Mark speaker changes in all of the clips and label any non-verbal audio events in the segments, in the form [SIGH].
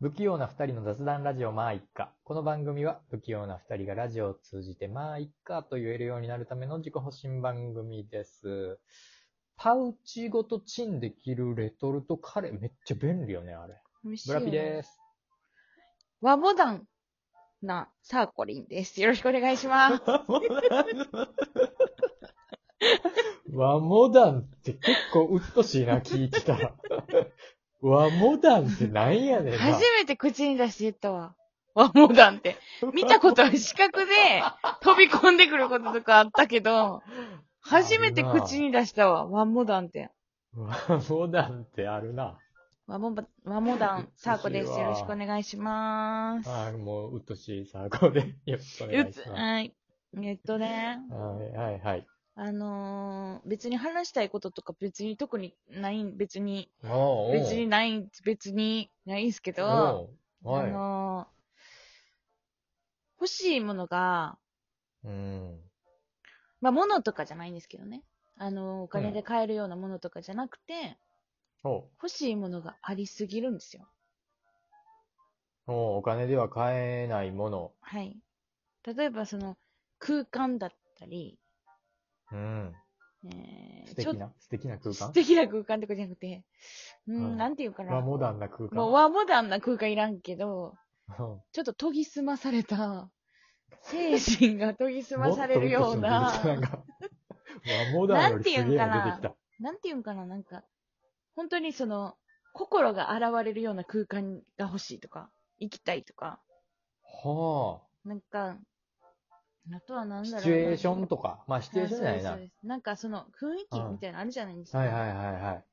Speaker 1: 不器用な二人の雑談ラジオまあいっか。この番組は不器用な二人がラジオを通じてまあいっかと言えるようになるための自己保身番組です。パウチごとチンできるレトルトカレーめっちゃ便利よね、あれ。
Speaker 2: 美味しい
Speaker 1: ブ
Speaker 2: よ
Speaker 1: ラ
Speaker 2: ね
Speaker 1: ピです。
Speaker 2: 和モダンなサーコリンです。よろしくお願いします。
Speaker 1: [LAUGHS] 和モダンって結構うっとしいな、聞いてた [LAUGHS] ら。和モダンってなんやねんな。
Speaker 2: 初めて口に出して言ったわ。和モダンって。見たことは視覚で飛び込んでくることとかあったけど、初めて口に出したわ。和モダンって。
Speaker 1: [LAUGHS] 和モダンってあるな。
Speaker 2: 和モバ和モダンサーコで
Speaker 1: 美
Speaker 2: す。
Speaker 1: 味しい
Speaker 2: よ
Speaker 1: わ
Speaker 2: ろしくお願いします。
Speaker 1: あーもううっとしいさ、ここで。 [LAUGHS] よろしくお願
Speaker 2: う
Speaker 1: いし
Speaker 2: つ、
Speaker 1: ま
Speaker 2: はい。えっとね、
Speaker 1: す。はい、はい、はい。
Speaker 2: あのー別に話したいこととか別に特にないん、別に、
Speaker 1: おうおう
Speaker 2: 別にないん、別にないんすけど、
Speaker 1: おう
Speaker 2: あ
Speaker 1: は
Speaker 2: のー欲しいものが、
Speaker 1: い。うん。
Speaker 2: まあ、物とかじゃないんですけどね。あのーお金で買えるようなものとかじゃなくて、
Speaker 1: おう
Speaker 2: 欲しいものがありすぎるんですよ。
Speaker 1: おうお金では買えないもの。
Speaker 2: はい。例えば、その、空間だったり、
Speaker 1: うん。
Speaker 2: えー
Speaker 1: 素
Speaker 2: ちょ
Speaker 1: 敵な、素敵な空
Speaker 2: 素
Speaker 1: 間
Speaker 2: 敵な空間とかじゃなくて、うーん、
Speaker 1: うん
Speaker 2: なんていうかな。
Speaker 1: 和モダンな空間。
Speaker 2: もう和モダンな空間いらんけど、
Speaker 1: うん
Speaker 2: ちょっと研ぎ澄まされた、精神が研ぎ澄まされるよう
Speaker 1: もっとうっとしんで、きた
Speaker 2: な [LAUGHS]
Speaker 1: なんか、和モダンよりすげえの出てきた。
Speaker 2: なんていうんかな、なんか、本当にその、心が現れるような空間が欲しいとか、行きたいとか、
Speaker 1: は
Speaker 2: なんか、あとはな
Speaker 1: あ。
Speaker 2: んだろう
Speaker 1: シ
Speaker 2: な。
Speaker 1: チュエーションとか。まあ、シチュエーションじゃ
Speaker 2: は
Speaker 1: ないい
Speaker 2: そう
Speaker 1: な
Speaker 2: ですそう。ですなんかその雰囲気みたいなのあるじゃないですか。
Speaker 1: はいはいはいはい。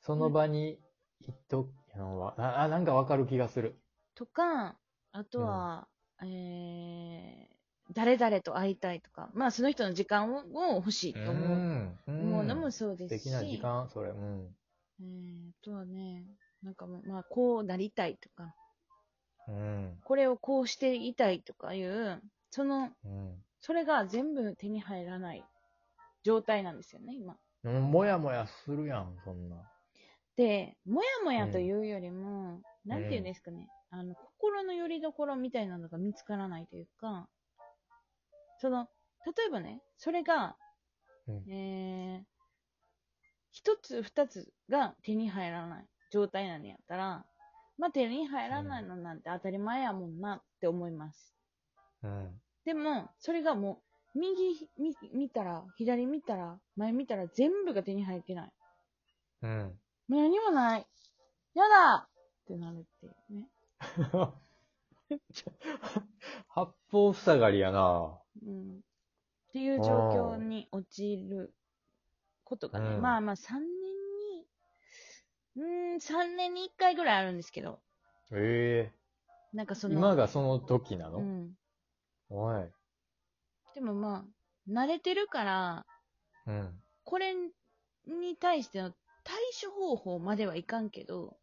Speaker 1: その場に行っとくのは、あ、あなんかわかる気がする。
Speaker 2: とか、あとは、えー、誰々と会いたいとか、まあその人の時間をを欲しいと思う,、
Speaker 1: うん
Speaker 2: 思うのも
Speaker 1: 素
Speaker 2: そうですし、
Speaker 1: 敵な時間、それ。うん。
Speaker 2: えー、あとはね、なんかもうまあこうなりたいとか、
Speaker 1: うん。
Speaker 2: これをこうしていたいとかいう、その、
Speaker 1: うん
Speaker 2: それが全部手に入らない状態なんですよね、今。
Speaker 1: うん。もやもやするやん、そんな。
Speaker 2: で、もやもやというよりも、なんていうんですかね、あの、心の拠り所みたいなのが見つからないというか、その、例えばね、それが、
Speaker 1: うん
Speaker 2: えー、一つ二つが手に入らない状態なんやったら、まあ、手に入らないのなんて当たり前やもんなって思います。
Speaker 1: うん。
Speaker 2: でも、それがもう、右見見たら、左見たら、前見たら全部が手に入ってない。
Speaker 1: うん。
Speaker 2: もう何もない。やだってなるっていうね。
Speaker 1: [LAUGHS] 八方塞がりやな。
Speaker 2: うん。っていう状況に陥ることがね、
Speaker 1: うん
Speaker 2: まあまあ3年に、うーん、3年に1回ぐらいあるんですけど、
Speaker 1: え
Speaker 2: なんかそ
Speaker 1: え
Speaker 2: の、
Speaker 1: 今がその時なの、
Speaker 2: うん。
Speaker 1: おい。
Speaker 2: でもまあ、慣れてるから、
Speaker 1: うん。
Speaker 2: これに対しての対処方法まではいかんけど、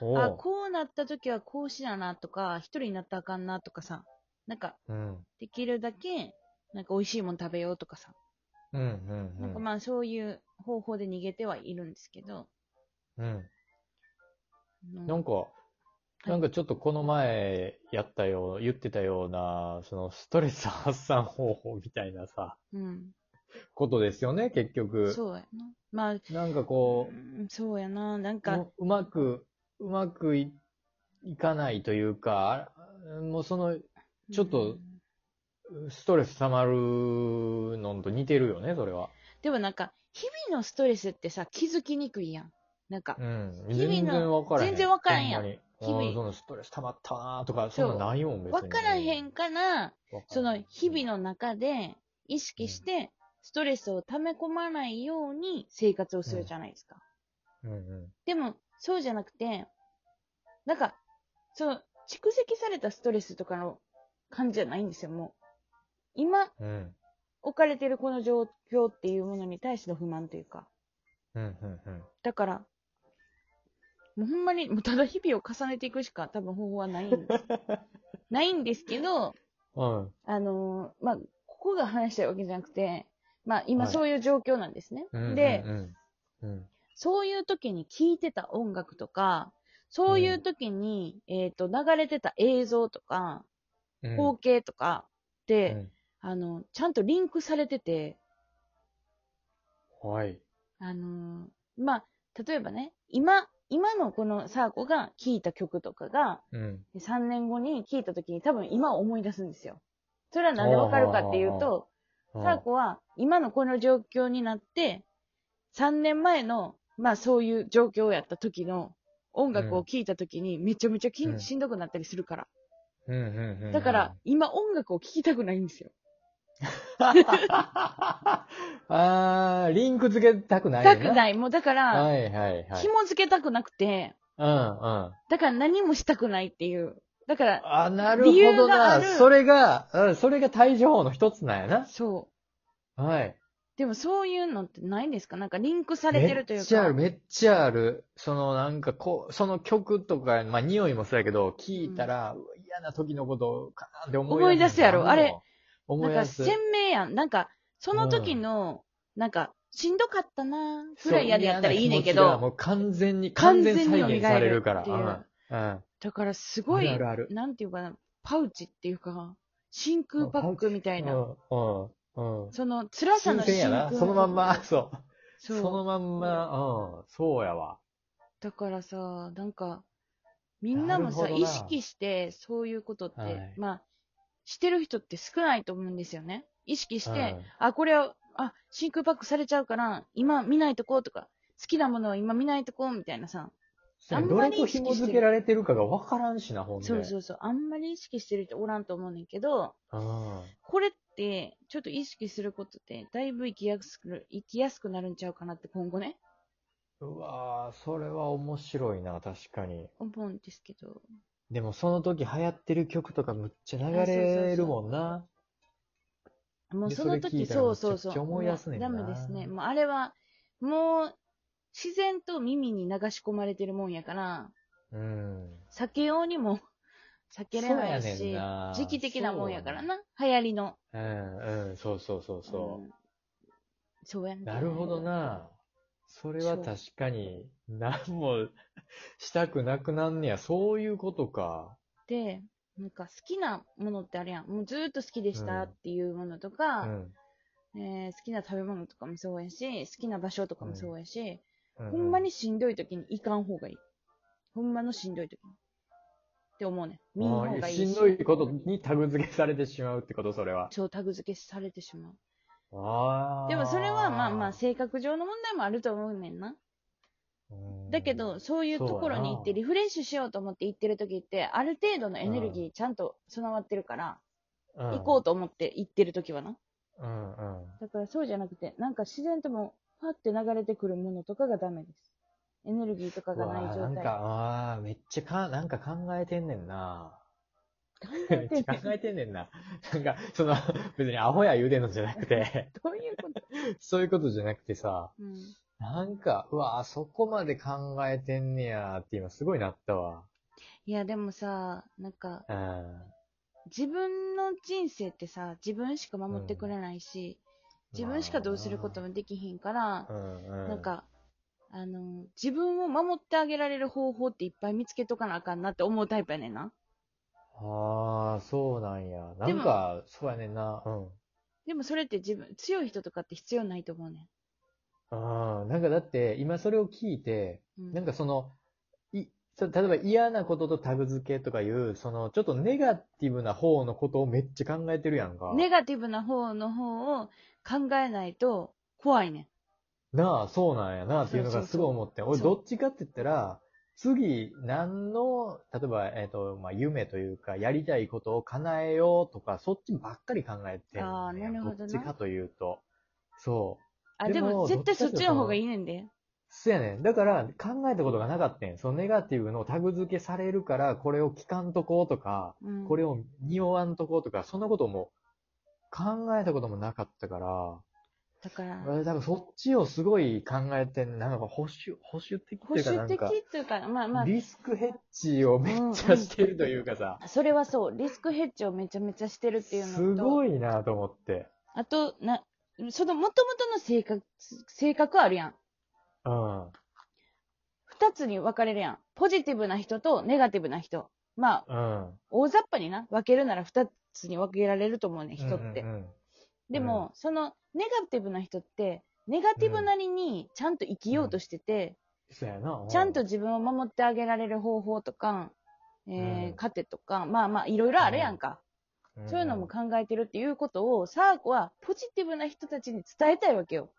Speaker 1: おう
Speaker 2: あ、こうなった時はこうしやなとか、一人になったらあかんなとかさ、なんか、
Speaker 1: うん。
Speaker 2: できるだけ、なんか美味しいもの食べようとかさ、
Speaker 1: うん、うん、う
Speaker 2: なん
Speaker 1: ん
Speaker 2: か。まあそういう方法で逃げてはいるんですけど、
Speaker 1: うん。
Speaker 2: うん
Speaker 1: なんか、
Speaker 2: い
Speaker 1: なんかちょっとこの前やったよう、言ってたような、そのストレス発散方法みたいなさ、
Speaker 2: うん、
Speaker 1: ことですよね、結局。
Speaker 2: そうやな。まあ、
Speaker 1: なんか
Speaker 2: う
Speaker 1: こう、
Speaker 2: んそうやな、なんか、
Speaker 1: ううまく、うまくいいかないというか、あもうその、ちょっと
Speaker 2: うん
Speaker 1: ストレス溜まるのと似てるよね、それは。
Speaker 2: でもなんか、日々のストレスってさ、気づきにくいやん。なんか、
Speaker 1: うん。
Speaker 2: 日々
Speaker 1: 全
Speaker 2: の
Speaker 1: 然わからへん。
Speaker 2: 全然わからんやん
Speaker 1: ほま
Speaker 2: 日々
Speaker 1: にあーそのストレス溜まったなーとか、そんなんないもん、別に。
Speaker 2: わからへんから、
Speaker 1: わからん。
Speaker 2: その日々の中で意識して、ストレスを溜め込まないように生活をするじゃないですか。
Speaker 1: うんうん。
Speaker 2: でも、そうじゃなくて、なんか、その、蓄積されたストレスとかの感じじゃないんですよ、もう。今、
Speaker 1: うん。
Speaker 2: 置かれてるこの状況っていうものに対しての不満というか。
Speaker 1: うん。うん。うん。
Speaker 2: だから、もうほんまに、もうただ日々を重ねていくしか多分方法はないん
Speaker 1: [LAUGHS]
Speaker 2: です。ないんですけど、
Speaker 1: うん。
Speaker 2: あのーまあ、ここが話したいわけじゃなくて、まあ、今
Speaker 1: はい
Speaker 2: そういう状況なんですね。
Speaker 1: うん
Speaker 2: で、
Speaker 1: うんうんうん
Speaker 2: そういう時に聴いてた音楽とか、そういう時に、えっ、と、流れてた映像とか、
Speaker 1: うん
Speaker 2: 光景とかって、
Speaker 1: うん
Speaker 2: あの、ちゃんとリンクされてて、
Speaker 1: はい。
Speaker 2: あのーまあ、例えばね、今、今のこのサーコが聴いた曲とかが、
Speaker 1: うん。
Speaker 2: 3年後に聴いた時に多分今思い出すんですよ。それはなんでわかるかっていうと、サーコは今のこの状況になって、3年前の、まあそういう状況やった時の音楽を聴いた時にめちゃめちゃきん
Speaker 1: うん
Speaker 2: しんどくなったりするから。
Speaker 1: うんうんうんうん [LAUGHS]
Speaker 2: だから、今音楽を聴きたくないんですよ。
Speaker 1: あー、リンク付けたくない
Speaker 2: たく
Speaker 1: い。
Speaker 2: ない。もうだから、
Speaker 1: はいはいはい。
Speaker 2: 紐付けたくなくて、
Speaker 1: うんうん。
Speaker 2: だから何もしたくないっていう。だから、
Speaker 1: あ、なる
Speaker 2: 理
Speaker 1: ほ
Speaker 2: 由
Speaker 1: ど
Speaker 2: があ
Speaker 1: な。
Speaker 2: る
Speaker 1: それが、うんそれが対処法の一つなんやな。
Speaker 2: そう。
Speaker 1: はい。
Speaker 2: でもそういうのってないんですかなんかリンクされ
Speaker 1: め
Speaker 2: てるという
Speaker 1: っ
Speaker 2: か。
Speaker 1: ちゃある、めっちゃある。そのなんかこう、その曲とか、まあ匂いもそうやけど、聞いたら、うわ嫌な時のことかなって思い出
Speaker 2: 思い出すやろあれ。
Speaker 1: 思
Speaker 2: ないんか
Speaker 1: 出す。
Speaker 2: 鮮明やん。なんか、その時の、なんか、しんどかったな
Speaker 1: そ
Speaker 2: ぐ
Speaker 1: う
Speaker 2: らいやでやったらいいねんけ
Speaker 1: 嫌な気持ちが
Speaker 2: ど、
Speaker 1: もう完全に、
Speaker 2: 完
Speaker 1: 完
Speaker 2: 全
Speaker 1: 全
Speaker 2: に
Speaker 1: 再現されるか
Speaker 2: 蘇るっていう
Speaker 1: ら。うん。うん。
Speaker 2: だからすごい、
Speaker 1: あるある
Speaker 2: なんていうかな、パウチっていうか、真空パックみたいな。
Speaker 1: うん。うん。
Speaker 2: その辛さ
Speaker 1: 新
Speaker 2: の
Speaker 1: 鮮やな。そのまんま、そう。
Speaker 2: [LAUGHS] そ。
Speaker 1: そうのまんま、うん。そうやわ。
Speaker 2: だからさ、なんか、みんなもさ、
Speaker 1: なるほど
Speaker 2: 意
Speaker 1: な
Speaker 2: 識して、そういうことって、
Speaker 1: はい
Speaker 2: まあ、してる人って少ないと思うんですよね。意識して、
Speaker 1: うん
Speaker 2: あ、これは、あ、真空パックされちゃうから、今見ないとこうとか、好きなものは今見ないとこうみたいなさ、あん
Speaker 1: ど
Speaker 2: ま
Speaker 1: れ
Speaker 2: り
Speaker 1: と紐付けられてるかが分からんしな、ほんで。
Speaker 2: そうそうそう、あんまり意識してる人おらんと思うねんけど、
Speaker 1: うん。
Speaker 2: これって、ちょっと意識することって、だいぶ生きやすく、生きやすくなるんちゃうかなって今後ね、
Speaker 1: うわぁ、それは面白いな、確かに。
Speaker 2: 思うんですけど。
Speaker 1: でもその時流行ってる曲とかむっちゃ流れるもんな。
Speaker 2: もう
Speaker 1: で
Speaker 2: その
Speaker 1: それ聞
Speaker 2: 時、
Speaker 1: いたら
Speaker 2: そうそうそ
Speaker 1: めちゃく
Speaker 2: う。
Speaker 1: ちゃ思い出すねんな
Speaker 2: もうダメですね。もうあれは、もう、自然と耳に流し込まれてるもんやから、
Speaker 1: うん。
Speaker 2: 避けようにも [LAUGHS] 避けれない
Speaker 1: そうやねん
Speaker 2: し、
Speaker 1: な
Speaker 2: 時期的なもんやからな、流行りの。
Speaker 1: うん、うん、そうそうそうそう。
Speaker 2: うんそうやねん
Speaker 1: なるほど。な。それは確かに、何も [LAUGHS] したくなくなんねや。そういうことか。
Speaker 2: で、なんか好きなものってあるやん。もうずーっと好きでしたっていうものと
Speaker 1: う
Speaker 2: か、
Speaker 1: ん。
Speaker 2: えー好きな食べ物とかもそうやし、好きな場所とかもそうやし、
Speaker 1: う
Speaker 2: ほんまに、しんどい時に行かん方がいい。ほんまのしんどい時に。って思うね。見ん
Speaker 1: も
Speaker 2: 方
Speaker 1: う
Speaker 2: がいい
Speaker 1: し
Speaker 2: し。
Speaker 1: んどいことにタグ付けされてしまうってこと、それは。
Speaker 2: そう、タグ付けされてしまう。
Speaker 1: ああ。
Speaker 2: でもそれはまあまあ、性格上の問題もあると思うねんな。
Speaker 1: うん
Speaker 2: だけど、、そういうところに行って
Speaker 1: そうやな
Speaker 2: リフレッシュしようと思って行ってる時って、ある程度のエネルギーちゃんと備わってるから、行こうと思って行ってる時はな。
Speaker 1: うん。うんうん。
Speaker 2: だからそうじゃなくて、なんか自然ともう、パって流れてくるものとかがダメです。エネルギーとかがないう
Speaker 1: わ
Speaker 2: 状
Speaker 1: ーなん
Speaker 2: 態。
Speaker 1: か、ああー、めっちゃか、なんか考えてんねんな。
Speaker 2: 考
Speaker 1: め [LAUGHS] っ
Speaker 2: え
Speaker 1: て
Speaker 2: んね
Speaker 1: ちゃ考えてんねんな。なんか、その、別にアホや言うてんのじゃなくて、 [LAUGHS]
Speaker 2: どういうこと、
Speaker 1: そういうことじゃなくてさ、
Speaker 2: うん
Speaker 1: なんか、うわーそこまで考えてんねやーって今すごいなったわ。
Speaker 2: いや、でもさ、なんか、
Speaker 1: うん。
Speaker 2: 自分の人生ってさ、自分しか守ってくれないし、自分しかどうすることもできひんから
Speaker 1: う、んうん。
Speaker 2: なん、か、あの、自分を守ってあげられる方法っていっぱい見つけとかなあかんなって思うタイプやねんな。
Speaker 1: ああ、そうなんや。な
Speaker 2: で
Speaker 1: ん
Speaker 2: も
Speaker 1: か、そうやねんな。うん。
Speaker 2: でもそれって自分、強い人とかって必要ないと思うね
Speaker 1: あーなんかだって、今それを聞いて、
Speaker 2: ん。うん、
Speaker 1: なんかその、い、そ例えば嫌なこととタグ付けとかいう、その、ちょっとネガティブな方のことをめっちゃ考えてるやんか。
Speaker 2: ネガティブな方の方を考えないと怖いねん。
Speaker 1: なあ、そうなんやなっていうの
Speaker 2: そ
Speaker 1: が
Speaker 2: うそうそう
Speaker 1: すごい思ってん。
Speaker 2: そう
Speaker 1: 俺、どっちかって言ったら、次、何の、例えば、えっ、と、まあ、夢というか、やりたいことを叶えようとか、そっちばっかり考えてんねん
Speaker 2: あーなるほどな
Speaker 1: どっちかというと。そう。
Speaker 2: あ、で
Speaker 1: で
Speaker 2: も
Speaker 1: も
Speaker 2: 絶対そっちの方がいいねんで。
Speaker 1: そやねん。だから、考えたことがなかったん。そのネガティブのタグ付けされるから、これを聞かんとこうとか、
Speaker 2: うん、
Speaker 1: これを匂わんとことか、そんなことも考えたこともなかったから、
Speaker 2: だから、
Speaker 1: 俺多分そっちをすごい考えてん、なんか保守、保守的
Speaker 2: 保
Speaker 1: っていうかな
Speaker 2: 守
Speaker 1: ん
Speaker 2: 的
Speaker 1: か、
Speaker 2: というか、まあまあ、
Speaker 1: リスクヘッジをめっちゃしてるというかさ、
Speaker 2: それはそう、リスクヘッジをめちゃめちゃしてるっていうのと、
Speaker 1: すごいなと思って。
Speaker 2: あと、な、その元々の性格、性格あるやん。
Speaker 1: うん。
Speaker 2: 二つに分かれるやん。ポジティブな人とネガティブな人。まあ、
Speaker 1: うん。
Speaker 2: 大雑把にな、分けるなら二つに分けられると思うね、人って。
Speaker 1: うんうんうん
Speaker 2: でも、そのネガティブな人って、ネガティブなりにちゃんと生きようとしてて、
Speaker 1: そうやな。う
Speaker 2: ちゃんと、自分を守ってあげられる方法とか、えー
Speaker 1: うん
Speaker 2: 糧とか、まあまあ、いろいろあるやんか、
Speaker 1: ん
Speaker 2: そういうのも考えてるっていうことを、サーコはポジティブな人たちに伝えたいわけよ。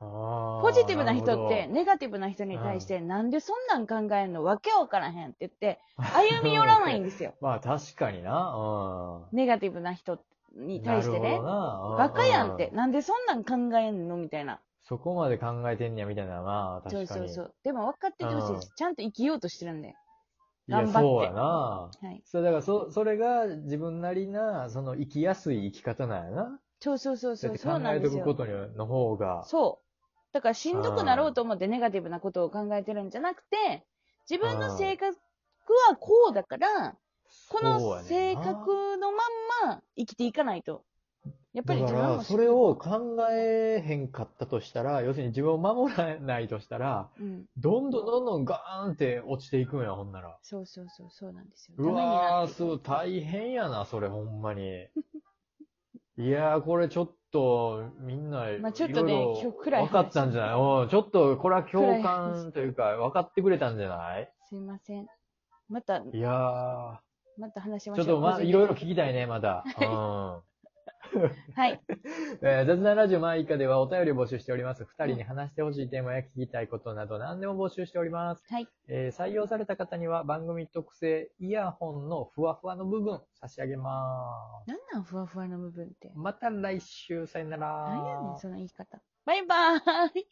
Speaker 2: ポ
Speaker 1: ポ
Speaker 2: ジティブな人って、ネガティブな人に対して、なんでそんなん考えんのわけわからへんって言って、歩み寄らないん
Speaker 1: で。。
Speaker 2: ですよ
Speaker 1: [LAUGHS] まあ確かにな。うん。
Speaker 2: ネガティブな人に対し
Speaker 1: な
Speaker 2: て
Speaker 1: る
Speaker 2: ね
Speaker 1: ほ。どなうん
Speaker 2: バカやんって、
Speaker 1: う
Speaker 2: なんでそんなん考えんのみたいな。
Speaker 1: そこまで考えてんねやみたいなな。確か
Speaker 2: そ
Speaker 1: に。
Speaker 2: うそうそう。でも分かっててほしいです。ちゃんと生きようとしてるんで。
Speaker 1: いや
Speaker 2: 頑張って
Speaker 1: そうやな。
Speaker 2: はい。
Speaker 1: そう、だからそ、それが自分なりな、その生きやすい生き方なんやな。
Speaker 2: そうそうそう
Speaker 1: そ
Speaker 2: そう
Speaker 1: や
Speaker 2: う。
Speaker 1: って
Speaker 2: そう
Speaker 1: 考
Speaker 2: な
Speaker 1: え
Speaker 2: んで
Speaker 1: と
Speaker 2: す
Speaker 1: くこ。
Speaker 2: よ
Speaker 1: との方が。
Speaker 2: そう。だからしんどくなろうと思ってネガティブなことを考えてるんじゃなくて、自分の性格はこうだから、こ
Speaker 1: そうや
Speaker 2: の
Speaker 1: ね
Speaker 2: 性
Speaker 1: んな
Speaker 2: 格のまんま生きていかないと。やっぱり
Speaker 1: だ
Speaker 2: 自
Speaker 1: か
Speaker 2: 分も
Speaker 1: ら、
Speaker 2: 知
Speaker 1: それ、を考えへんかったとしたら、要するに自分を守らないとしたら、
Speaker 2: うん。
Speaker 1: どんどんどんどんガーンって落ちていくんや、ほんなら。
Speaker 2: そうそうそう、そうなんですよ。
Speaker 1: うわー、すごい、大変やな、それ、ほんま
Speaker 2: [LAUGHS]
Speaker 1: に。いやー、これちょっと、みんな、
Speaker 2: まあちょっとね
Speaker 1: いろいろ
Speaker 2: 今日暗い話
Speaker 1: 分かったんじゃないうん、ちょっと、これは共感というか、分かってくれたんじゃない
Speaker 2: すいません。また、
Speaker 1: いやー、
Speaker 2: また話しま
Speaker 1: ち
Speaker 2: し
Speaker 1: ょ
Speaker 2: ょう。
Speaker 1: っと
Speaker 2: 個
Speaker 1: ま、
Speaker 2: 人
Speaker 1: い
Speaker 2: 的に
Speaker 1: ろいろ聞きたいね、まだ。うん。
Speaker 2: はい。
Speaker 1: えー雑談ラジオマイカではお便りを募集しております。二人に話してほしいテーマや聞きたいことなど何でも募集しております。
Speaker 2: はい。
Speaker 1: えー採用された方には番組特製イヤホンのふわふわの部分差し上げます。
Speaker 2: なんなん、ふわふわの部分って。
Speaker 1: また来週、さよなら。
Speaker 2: なんやねん、その言い方。バイバーイ